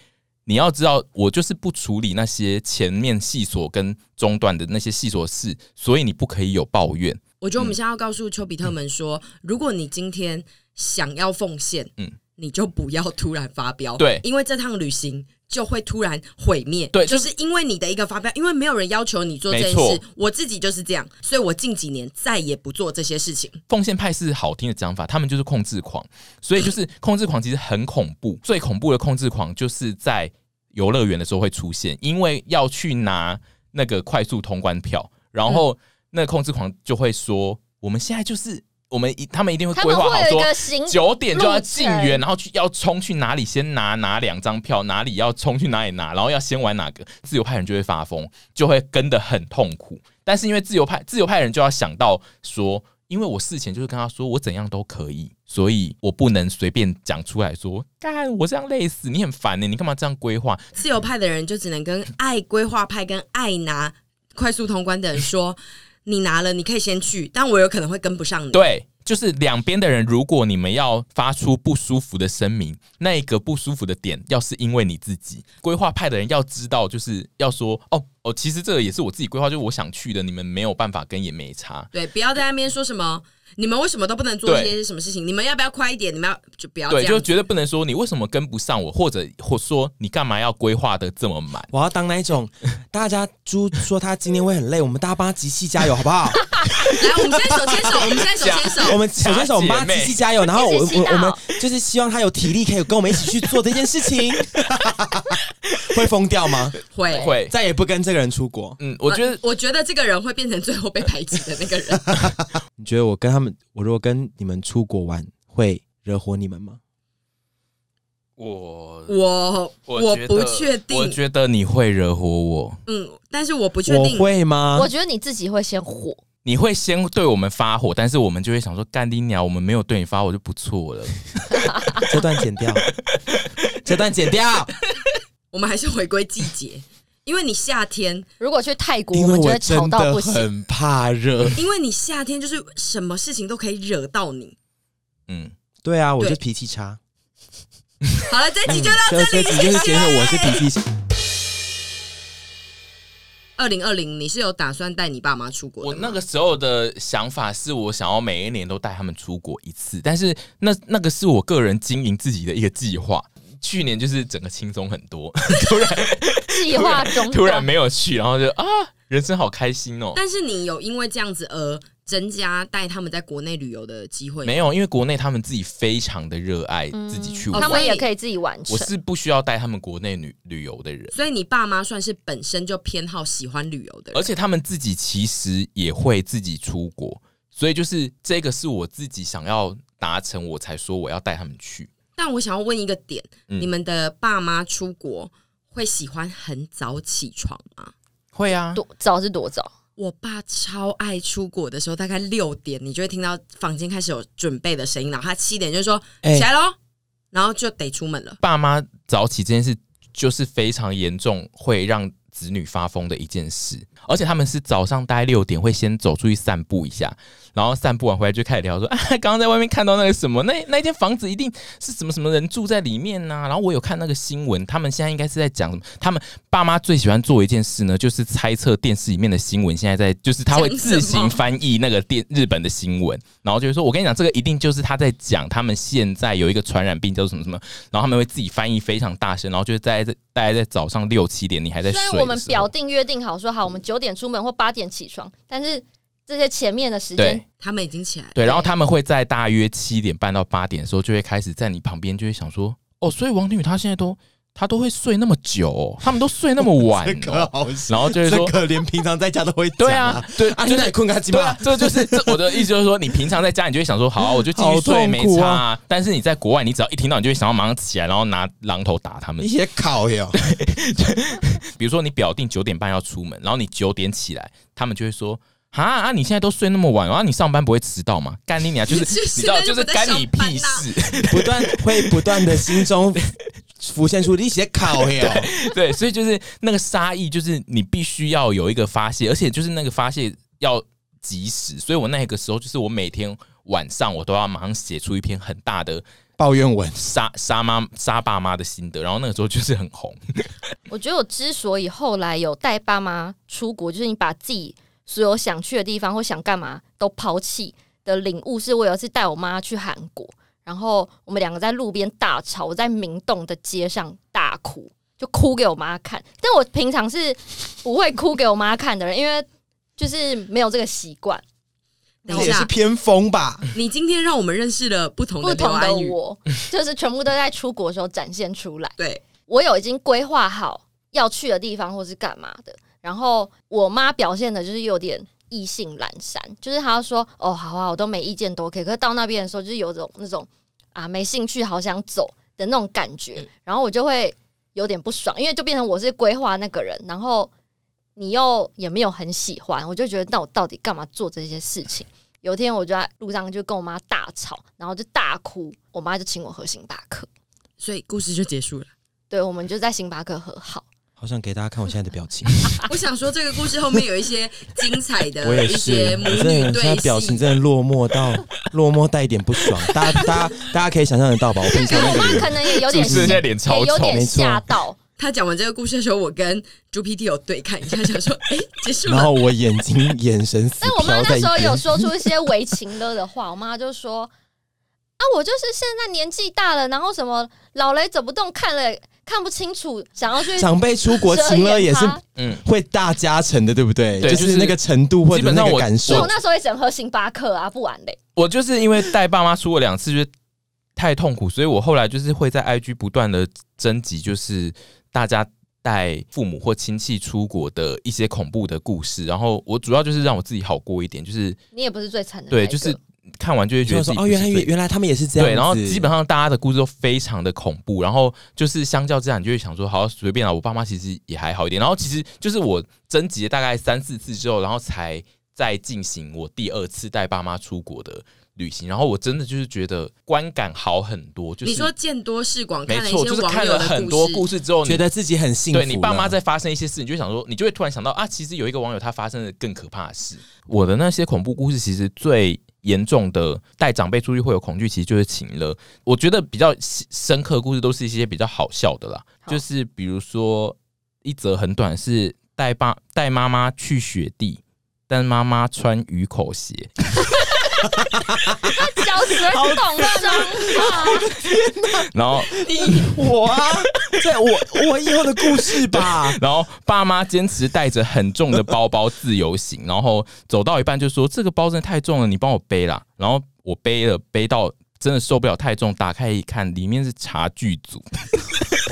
S3: 你要知道我就是不处理那些前面细琐跟中段的那些细琐事，所以你不可以有抱怨。
S1: 我觉得我
S3: 嗯
S1: 们现在要告诉丘比特们说，如果你今天想要奉献，
S3: 嗯
S1: 嗯，你就不要突然发飙，
S3: 对
S1: 因为这趟旅行。就会突然毁灭，
S3: 对
S1: 就是因为你的一个发飙，因为没有人要求你做这件
S3: 没错
S1: 事，我自己就是这样，所以我近几年再也不做这些事情。
S3: 奉献派是好听的讲法，他们就是控制狂，所以就是控制狂其实很恐
S2: [COUGHS]
S3: 怖。最恐怖的控制狂就是在游乐园的时候会出现，因为要去拿那个快速通关票，然后那个控制狂就会说：“我们现在就是我们一他们一定会
S2: 他
S3: 规
S2: 们
S3: 划好
S2: 会有一
S3: 说
S2: 个行
S3: 九点就要进
S2: 路
S3: 园，
S2: 程
S3: 然后去要冲去哪里先拿哪两张票，哪里要冲去哪里拿，然后要先玩哪个，自由派人就会发疯，就会跟得很痛苦。但是因为自由派自由派人就要想到说，因为我事前就是跟他说我怎样都可以，所以我不能随便讲出来说，干我这样累死，你很烦欸呢、你干嘛这样规划？
S1: 自由派的人就只能跟爱规划派跟爱拿快速通关的人说，你拿了你可以先去，但我有可能会跟不上你。
S3: 对，就是两边的人，如果你们要发出不舒服的声明，那一个不舒服的点要是因为你自己规划派的人要知道，就是要说哦哦，其实这个也是我自己规划，就是我想去的，你们没有办法跟也没差。
S1: 对，不要在那边说什么你们为什么都不能做这
S3: 对
S1: 些什么事情？你们要不要快一点？你们要就不要这
S3: 对，
S1: 样
S3: 就
S1: 子，
S3: 绝对不能说你为什么跟不上我，或者或说你干嘛要规划的这么满。
S4: 我要当那一种，大家猪说他今天会很累，我们大家帮他集气加油，好不好？
S1: 来，我们现在手
S3: [LAUGHS]
S1: 牵手，我们现在手牵手，
S4: [LAUGHS] 我们首先手我们帮他集气
S2: [LAUGHS]
S4: 加油，然后我
S2: 一起祈
S4: 我
S2: 祷
S4: 我们就是希望他有体力可以跟我们一起去做这件
S2: [LAUGHS]
S4: 事情，会疯掉吗？
S1: 会
S3: 会，
S4: 再也不跟这个人出国。
S3: 嗯，我觉得
S1: 呃我觉得这个人会变成最后被排挤的那个人。
S4: 你觉得我跟他们，我如果跟你们出国玩，会惹火你们吗？
S3: 我
S1: 我
S3: [LAUGHS] 我觉得
S1: 不确
S3: 我
S1: 定，
S3: 觉得你会惹火我，
S1: 嗯，但是我不确
S4: 我
S1: 定。
S4: 会
S3: 啊
S4: 吗
S2: 我？觉得你自己会先火，
S3: 你会先对我们发火，但是我们就会想说，干你鸟，我们没有对你发火就不错了。
S4: [LAUGHS] 这段剪
S2: [LAUGHS]
S4: 掉，这段剪掉，
S1: 我们还是回归季节，因为你夏天，
S2: 如果去泰国，
S4: 因
S2: 我
S4: 为
S2: 们就
S4: 我
S2: 会吵
S4: 真
S2: 到
S4: 的
S2: 不行。
S4: 很怕热。
S1: 因为你夏天就是什么事情都可以惹到你。
S3: 嗯，
S4: 对啊，我
S1: 对
S4: 就脾气差。
S1: 好了，这集就到这
S4: 这嗯这
S1: 里，
S4: 集就是
S1: 谢
S4: 结合
S1: 谢。
S4: 我是脾气
S2: [LAUGHS]
S4: 差。
S1: 二零二零，你是有打算带你爸妈出国
S3: 我
S1: 的吗？
S3: 那个时候的想法是我想要每一年都带他们出国一次，但是那那个是我个人经营自己的一个计划。去年就是整个轻松很多， [LAUGHS]
S2: 计划中
S3: 突然
S2: 断
S3: 没有去，然后就啊，人生好开心哦。
S1: 但是你有因为这样子而增加带他们在国内旅游的机会吗？
S3: 没有，因为国内他们自己非常的热爱自己去
S1: 哦
S3: 玩，
S2: 嗯他
S1: 所
S2: 们
S1: 以
S2: 也可以自己完成
S3: 我。是不需要带他们国内旅旅游的人，
S1: 所以你爸妈算是本身就偏好喜欢旅游的人
S3: 而，且他们自己其实也会自己出国，所以就是这个是我自己想要达成，我才说我要带他们去。
S1: 但我想要问一个点：
S3: 嗯
S1: 你们的爸妈出国会喜欢很早起床吗？
S3: 会啊，
S2: 多早是多早？
S1: 我爸超爱出国的时候，大概六点，你就会听到房间开始有准备的声音，然后他七点就说、
S4: 哎
S1: 起来喽，然后就得出门了。
S3: 爸妈早起这件事就是非常严重，会让子女发疯的一件事。而且他们是早上大概六点会先走出去散步一下，然后散步完回来就开始聊说啊，刚刚在外面看到那个什么，那那间房子一定是什么什么人住在里面呐、然后我有看那个新闻，他们现在应该是在讲什么？他们爸妈最喜欢做一件事呢，就是猜测电视里面的新闻，现在在就是他会
S1: 讲什么
S3: 自行翻译那个电日本的新闻，然后就是说我跟你讲，这个一定就是他在讲他们现在有一个传染病叫做什么什么，然后他们会自己翻译非常大声，然后就是在在大概在早上六七点，你还在
S2: 虽
S3: 睡的
S2: 然
S3: 时候。
S2: 我们表定约定好说好，我们九点出门或八点起床，但是这些前面的时间
S3: 对，
S1: 他们已经起来了，
S3: 对，然后他们会在大约七点半到八点的时候，就会开始在你旁边，就会想说，哦，所以王庭宇她现在都她都会睡那么久、哦，他们都睡那么
S4: [LAUGHS]
S3: 晚、
S4: 这个
S3: 哦，
S4: 好笑，
S3: 然后就会
S4: 这
S3: 说，
S4: 个连平常在家都会讲
S3: 对啊，，对，
S4: 啊，
S3: 就
S4: 你
S3: 是
S4: 在困个鸡
S3: 对啊
S4: 巴，，
S3: 这就是这我的意思，就是说，你平常在家，你就会想说，好啊、我就继续
S4: 好
S3: 睡，
S4: 痛
S3: 没
S4: 苦
S3: 差、
S4: 啊
S3: 啊。但是你在国外，你只要一听到，你就会想要马上起来，然后拿榔头打他们
S4: 你。写考哟。
S3: 比如说，你表定九点半要出门，然后你九点起来，他们就会说。啊啊！你现在都睡那么晚，啊然、后你上班不会迟到吗？干你娘！就是
S1: 是
S3: 你知道，
S1: 现在
S3: 就
S1: [LAUGHS] 就是不在
S3: 干你
S1: 上班啊
S3: 屁
S1: 呐
S3: 事。 [LAUGHS]
S4: 不 [LAUGHS] 断会不断的心 [LAUGHS] 中浮现出一些考哟，
S3: 对，所以就是那个杀意，就是你必须要有一个发泄，而且就是那个发泄要及时。所以我那个时候就是我每天晚上我都要马上写出一篇很大的
S4: 抱怨文。
S3: 杀杀妈杀爸妈的心得，然后那个时候就是很红。
S2: 我觉得我之所以后来有带爸妈出国，就是你把自己所有想去的地方或想干嘛都抛弃的领悟，是我有一次带我妈去韩国，然后我们两个在路边大吵，我在明洞的街上大哭，就哭给我妈看。但我平常是不会哭给我妈看的人，因为就是没有这个习惯。
S1: 等
S4: 这
S1: 一
S4: 也是
S1: 下，
S4: 偏锋吧？
S1: 你今天让我们认识了不同
S2: 不
S1: 的刘
S2: 同的
S1: 安宇，
S2: 我，就是全部都在出国的时候展现出来。
S1: 对，
S2: 我有已经规划好要去的地方或是干嘛的。然后我妈表现的就是有点意兴阑珊，就是她说：“哦，好啊，我都没意见，都可以。”可是到那边的时候，就是有种那种啊没兴趣，好想走的那种感觉。然后我就会有点不爽，因为就变成我是规划那个人，然后你又也没有很喜欢，我就觉得那我到底干嘛做这些事情？有一天我就在路上就跟我妈大吵，然后就大哭，我妈就请我喝星巴克。
S1: 所以故事就结束了。 [LAUGHS]
S2: 对，我们就在星巴克和好。
S4: [LAUGHS] 好想给大家看我现在的表
S1: [LAUGHS]
S4: 情，
S1: 我想说这个故事后面有一些精彩的，
S4: 我也
S1: 一
S4: 是
S1: 些，母
S4: 我真的
S1: 女
S4: 现在
S1: 对
S4: 表情
S1: 戏。
S4: 真的落寞到 [LAUGHS] 落寞带一点不爽，大
S1: [LAUGHS]
S4: 家大家大家可以想象得到吧？我平常那
S2: 我
S4: 个
S2: 妈
S4: 脸
S2: 可能也有
S3: 主
S2: 点
S3: 持人现在脸
S2: 也
S3: 超
S2: 有
S3: 丑，
S2: 点
S4: 没错
S2: 吓到，
S1: 他讲完这个故事的时候，我跟猪 PT 有对看一下，想说，哎、结束
S4: 然
S1: 了。
S4: 后我眼睛眼神死
S2: 但我妈
S4: 飘
S2: 那
S4: 在一
S2: 时候有
S4: 边，
S2: 说出一些为情的的话，我妈就说：“啊，我就是现在年纪大了，然后什么老雷走不动，看了看不清楚，想要去
S4: 长辈出国
S2: 遮
S4: 情了
S2: 掩
S4: 也
S1: 哎
S4: 是
S2: 它
S3: 嗯，
S4: 会大加成的，对不对？
S3: 对
S4: 就
S3: 就是
S4: 是那个程度或
S3: 基
S4: 者
S3: 本
S4: 那
S3: 上
S4: 个
S3: 我
S4: 感
S2: 所以我
S4: 受。
S2: 那时候也整喝星巴克啊，不玩嘞。
S3: 我就是因为带爸妈出过两次，就是太痛苦，所以我后来就是会在 IG 不断的征集，就是大家带父母或亲戚出国的一些恐怖的故事。然后我主要就是让我自己好过一点，就是
S2: 你也不是最惨的那一
S3: 对，
S2: 个，
S3: 就是看完就会觉
S4: 就
S3: 得
S4: 说
S3: 自己
S4: 哦，原
S3: 不是
S4: 来原
S3: 最
S4: 原来他们也是这样子。
S3: 对，然后基本上大家的故事都非常的恐怖，然后就是相较之下，你就会想说，好随便啊，我爸妈其实也还好一点。然后其实就是我征集了大概三四次之后，然后才再进行我第二次带爸妈出国的旅行。然后我真的就是觉得观感好很多，就是
S1: 你说见多识广，
S3: 没
S1: 看了一
S3: 错，
S1: 些
S3: 就是
S1: 网
S3: 看
S1: 友
S3: 了
S1: 的
S3: 很多故事之后，你
S4: 觉得自己很幸福
S3: 对
S4: 了。
S3: 你爸妈在发生一些事，你就会想说，你就会突然想到啊，其实有一个网友他发生了更可怕的事。我的那些恐怖故事，其实最严重的带长辈出去会有恐惧，其实就是情了。我觉得比较深刻的故事都是一些比较好笑的啦，
S2: 好
S3: 就是比如说一则很短是带爸带妈妈去雪地，但妈妈穿鱼口鞋，
S2: 小时候懂伤啊，
S3: 然后。
S4: 我啊，在我我以后的故事吧
S3: 然后爸妈坚持带着很重的包包自由行，然后走到一半就说这个包真的太重了，你帮我背啦。然后我背了，背到真的受不了太重，打开一看，里面是茶具组。
S2: [LAUGHS]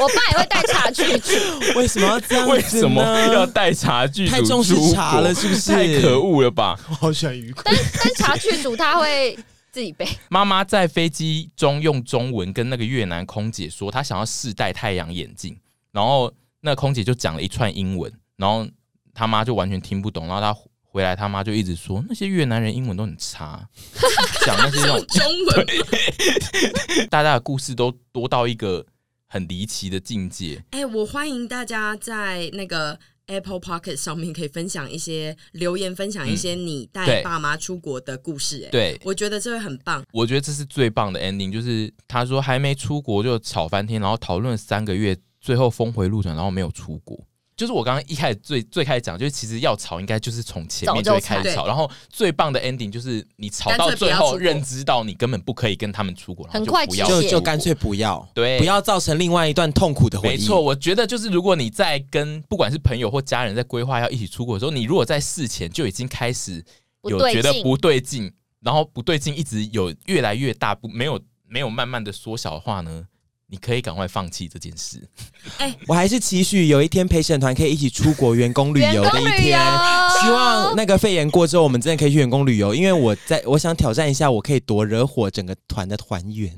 S2: 我爸也会带茶去煮，
S4: 为什么要这样子呢
S3: 为什么要带茶具组
S4: 太重视
S3: 出国
S4: 茶了是不是
S3: 太可恶了吧！
S4: 我好喜欢鱼
S2: 但但茶去煮他会自己背，
S3: 妈妈在飞机中用中文跟那个越南空姐说，她想要试戴太阳眼镜，然后那空姐就讲了一串英文，然后他妈就完全听不懂，然后她回来他妈就一直说那些越南人英文都很差，讲那些那种
S1: 中文
S3: 大家的故事都多到一个很离奇的境界。
S1: 哎、我欢迎大家在那个 Apple Pocket 上面可以分享一些留言，分享一些你带
S3: 对
S1: 爸妈出国的故事、哎，
S3: 对，
S1: 我觉得这会很棒。 [LAUGHS]
S3: 我觉得这是最棒的 ending，就是他说还没出国就吵翻天，然后讨论了三个月，最后峰回路转，然后没有出国。就是我刚刚一开始最最开始讲，就是其实要吵应该就是从前面
S2: 早
S3: 就
S2: 就
S3: 会
S2: 吵
S3: 开始吵，然后最棒的 ending 就是你吵
S1: 干
S3: 到
S1: 脆不
S3: 最
S1: 要出
S3: 后
S1: 国
S3: 认知到你根本不可以跟他们出国，然后
S2: 很
S3: 就
S2: 快
S3: 不要
S2: 就
S4: 就
S3: 出
S4: 就
S3: 国
S4: 干脆不要，
S3: 对
S4: 不要造成另外一段痛苦的回忆。
S3: 没错，，我觉得就是如果你在跟不管是朋友或家人在规划要一起出国的时候，你如果在事前就已经开始
S2: 不
S3: 有
S2: 对
S3: 觉得
S2: 劲
S3: 不对劲，然后不对劲一直有越来越大，不没有没有慢慢的缩小的话呢，你可以赶快放弃这件事。
S4: 我还是期许有一天陪审团可以一起出国员工旅
S2: 员
S4: 游
S2: 工
S4: 的一
S2: 旅游
S4: 天。，希望那个肺炎过之后，我们真的可以去员工旅游，因为我在我想挑战一下，我可以多惹火整个团的团员。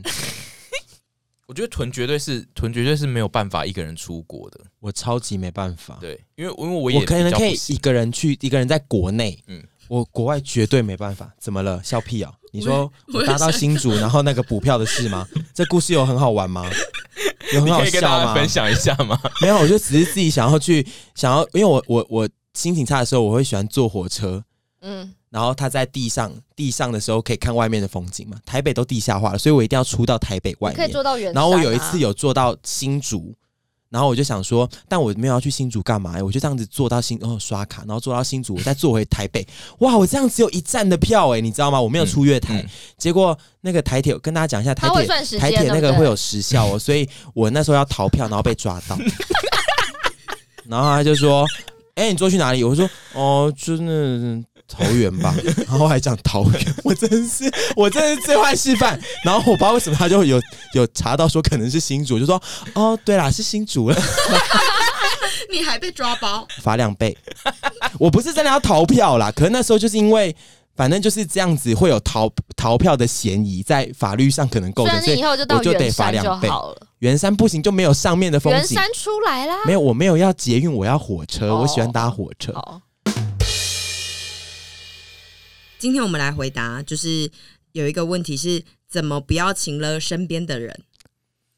S3: 我觉得屯绝对是屯绝对是没有办法一个人出国的，
S4: 我超级没办法，
S3: 对，因为因为我也
S4: 我可能
S3: 比较
S4: 可以
S3: 不行
S4: 一个人去，一个人在国内，嗯
S3: 嗯，
S4: 我国外绝对没办法。怎么了？笑屁哦！你说
S1: 我
S4: 我搭到新
S3: [LAUGHS]
S4: 竹，然后那个补票的事吗？这故事有很好玩吗？有很
S3: 你
S4: 好
S3: 可以跟
S4: 笑
S3: 大家
S4: 吗？
S3: 分享一下吗？
S4: 没有，我就只是自己想要去，想要，因为我我我心情差的时候，我会喜欢坐火车，
S2: 嗯，
S4: 然后它在地上，地上的时候可以看外面的风景嘛。台北都地下化了，所以我一定要出到台北外
S2: 你可以
S4: 面。
S2: 做到远。啊
S4: 然后我有一次，有坐到新竹，然后我就想说，但我没有要去新竹干嘛、我就这样子坐到新，哦刷卡，然后坐到新竹，我再坐回台北。哇，我这样只有一站的票哎、你知道吗？我没有出月台，
S3: 嗯嗯
S4: 结果那个台铁跟大家讲一下，台
S2: 他会
S4: 铁
S2: 算时间，
S4: 台铁那
S2: 对
S4: 个
S2: 不对
S4: 会有时效哦，所以我那时候要逃票，然后被抓
S2: [LAUGHS]
S4: 到，然后他就说：“哎、你坐去哪里？”我说：“哦，就是那桃园
S3: [LAUGHS]
S4: 吧。”然后还讲桃园，我真是我真是最坏示范。然后我不知道为什么他就有有查到说可能是新竹，就说：“哦，对啦，是新竹了，
S1: 你还被抓包，
S4: 罚两倍。” [LAUGHS] 我不是真的要逃票啦，可是那时候就是因为。反正就是这样子，会有逃逃票的嫌疑，在法律上可能构
S2: 虽
S4: 成，
S2: 然
S4: 所
S2: 你以
S4: 以
S2: 后就
S4: 我
S2: 到
S4: 就得
S2: 圆
S4: 罚
S2: 山
S4: 两
S2: 就
S4: 倍。
S2: 好了，
S4: 圆山不行，就没有上面的风
S2: 圆
S4: 景。
S2: 山出来啦。
S4: 没有，我没有要捷运，我要火车，
S2: 哦
S4: 我喜欢搭火车。
S2: 好，
S1: 今天我们来回答，就是有一个问题是怎么不要情了身边的人。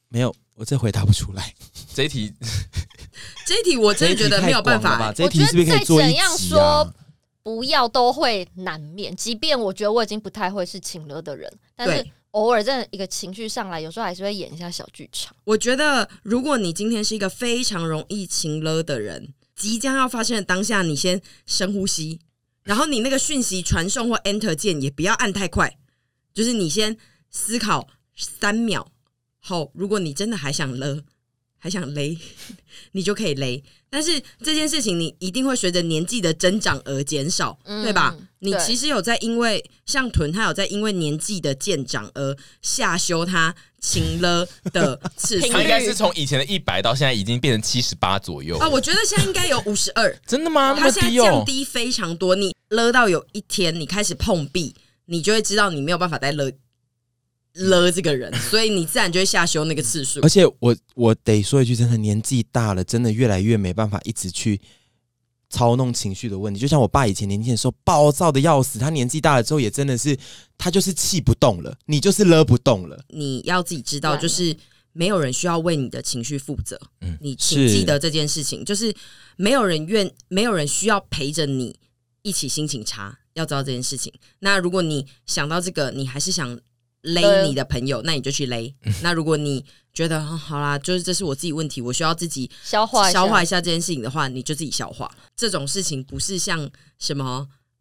S4: 没有，我这回答不出来。
S3: 这一题
S1: 这一题我真的觉得没有办
S4: 这一题太广了
S1: 法
S4: 吧，这一题是不是可以做
S2: 我觉
S4: 一集啊
S2: 得再怎样说不要都会难免。即便我觉得我已经不太会是情乐的人，但是
S1: 对
S2: 偶尔真的一个情绪上来，有时候还是会演一下小剧场。
S1: 我觉得，如果你今天是一个非常容易情勒的人，即将要发生的当下，你先深呼吸，然后你那个讯息传送或 Enter 键也不要按太快，就是你先思考三秒后，如果你真的还想勒，还想勒， [LAUGHS] 你就可以勒。但是这件事情，你一定会随着年纪的增长而减少，
S2: 嗯
S1: 对吧？你
S2: 对
S1: 其实有在因为像屯，他有在因为年纪的渐长而下修他情勒的次数
S3: 他应该是从以前的一百到现在已经变成七十八左右
S1: 啊，我觉得现在应该有五十二，
S3: 真的吗？那
S1: 他
S3: 么
S1: 现在
S3: 低哦
S1: 降，低非常多。你勒到有一天，你开始碰壁，你就会知道你没有办法再勒勒这个人，所以你自然就会下修那个次数
S4: 而。且我我得说一句，真的年纪大了，真的越来越没办法一直去操弄情绪的问题。就像我爸以前年轻的时候暴躁的要死，他年纪大了之后也真的是，他就是气不动了，你就是勒不动了。
S1: 你要自己知道，
S2: 对
S1: 就是没有人需要为你的情绪负责。
S3: 嗯
S1: 你请
S4: 是
S1: 记得这件事情，就是没有人愿，没有人需要陪着你一起心情差。要知道这件事情。那如果你想到这个，你还是想勒
S2: 勒
S1: 你的朋友，那你就去勒。那如果你觉得、哦、好啦，就是这是我自己问题，我需要自己
S2: 消化一下
S1: 消化一下这件事情的话，你就自己消化。这种事情不是像什么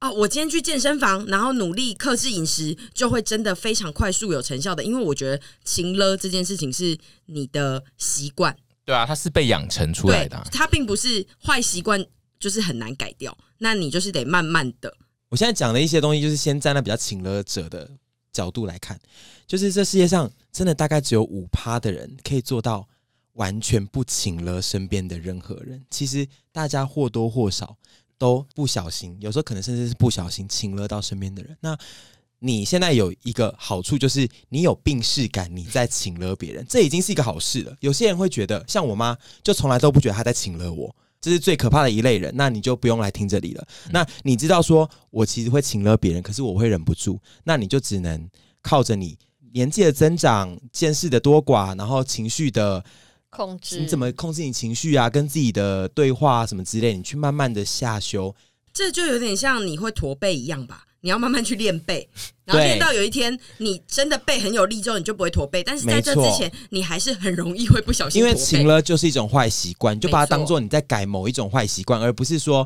S1: 哦，我今天去健身房，然后努力克制饮食，就会真的非常快速有成效的。因为我觉得勤了这件事情是你的习惯，
S3: 对啊，他是被养成出来
S1: 对
S3: 的啊，，
S1: 它并不是坏习惯，就是很难改掉。那你就是得慢慢的，
S4: 我现在讲的一些东西，就是先站在比较请了者的角度来看，就是这世界上真的大概只有五趴的人可以做到完全不请了身边的任何人。其实大家或多或少都不小心，有时候可能甚至是不小心请了到身边的人。那你现在有一个好处，就是你有病逝感，你在请了别人，这已经是一个好事了。有些人会觉得，像我妈，就从来都不觉得她在请了我，这是最可怕的一类人。那你就不用来听这里了。那你知道说我其实会请了别人，可是我会忍不住，那你就只能靠着你年纪的增长、见识的多寡，然后情绪的
S2: 控制，
S4: 你怎么控制你情绪啊，跟自己的对话、啊、什么之类，你去慢慢的下修。
S1: 这就有点像你会驼背一样吧。你要慢慢去练
S4: [LAUGHS]
S1: 背，然后
S4: 对
S1: 练到有一天你真的背很有力之后，你就不会驼背。但是在
S4: 没
S1: 这
S4: 错
S1: 之前，你还是很容易会不小心
S4: 因
S1: 驼
S4: 为
S1: 背。
S4: 情了就是一种坏习惯，你就把它
S1: 没错
S4: 当做你在改某一种坏习惯，而不是说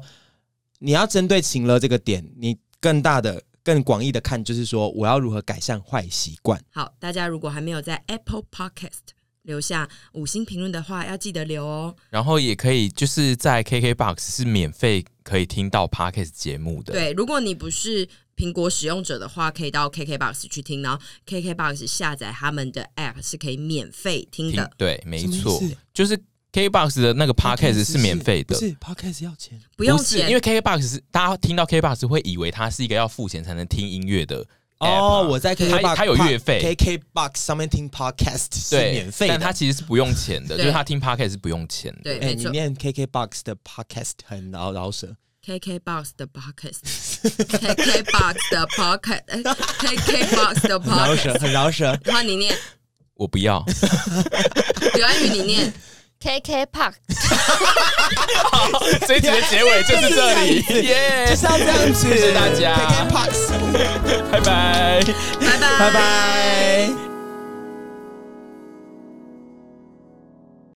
S4: 你要针对情了这个点，你更大的、更广义的看，就是说我要如何改善坏习惯。
S1: 好，大家如果还没有在 Apple Podcast 留下五星评论的话，要记得留哦。
S3: 然后也可以就是在 KKBOX 是免费可以听到 Podcast 节目的，
S1: 对，如果你不是苹果使用者的话，可以到 KKBox 去听，然后 KKBox 下载他们的 App 是可以免费听
S3: 听
S1: 的。
S3: 对，没
S4: 什么意
S3: 错
S4: 思，
S3: 就是 KKBOX 的那个 Podcast 是免费的
S4: 不。是 Podcast 要钱。
S1: 不用
S3: 是
S1: 钱，
S3: 因为 KKBOX 是大家听到 KKBOX 会以为它是一个要付钱才能听音乐的 app 啊
S4: 哦，我在 KK
S3: 它
S4: box
S3: 它有月费，
S4: ，KK box 上面听 podcast 是
S3: 对，
S4: 免费的，
S3: 但它其实是不用钱的，
S1: 对
S3: 就是它听 podcast 是不用钱的。
S1: 对，
S4: 哎、
S1: 没
S4: 你
S1: 错
S4: 念 KK box 的 podcast 很饶饶
S3: [LAUGHS]
S4: 舌，
S1: ，KKBox 的 [LAUGHS] Podcast，KKBox 的 Podcast，KKBox 的
S4: 很饶
S1: Podcast，
S4: 舌，很饶
S3: [LAUGHS]
S4: 舌。
S1: 换你念，
S3: 我不
S4: [LAUGHS]
S3: 要，
S1: 刘安宇你念，
S2: KK Park
S3: 这一集的结尾就是这里，耶！
S4: [LAUGHS] 就是要这样子，
S3: 谢谢大家
S4: KK box，
S3: 拜拜。
S1: 拜拜，
S4: 拜。拜。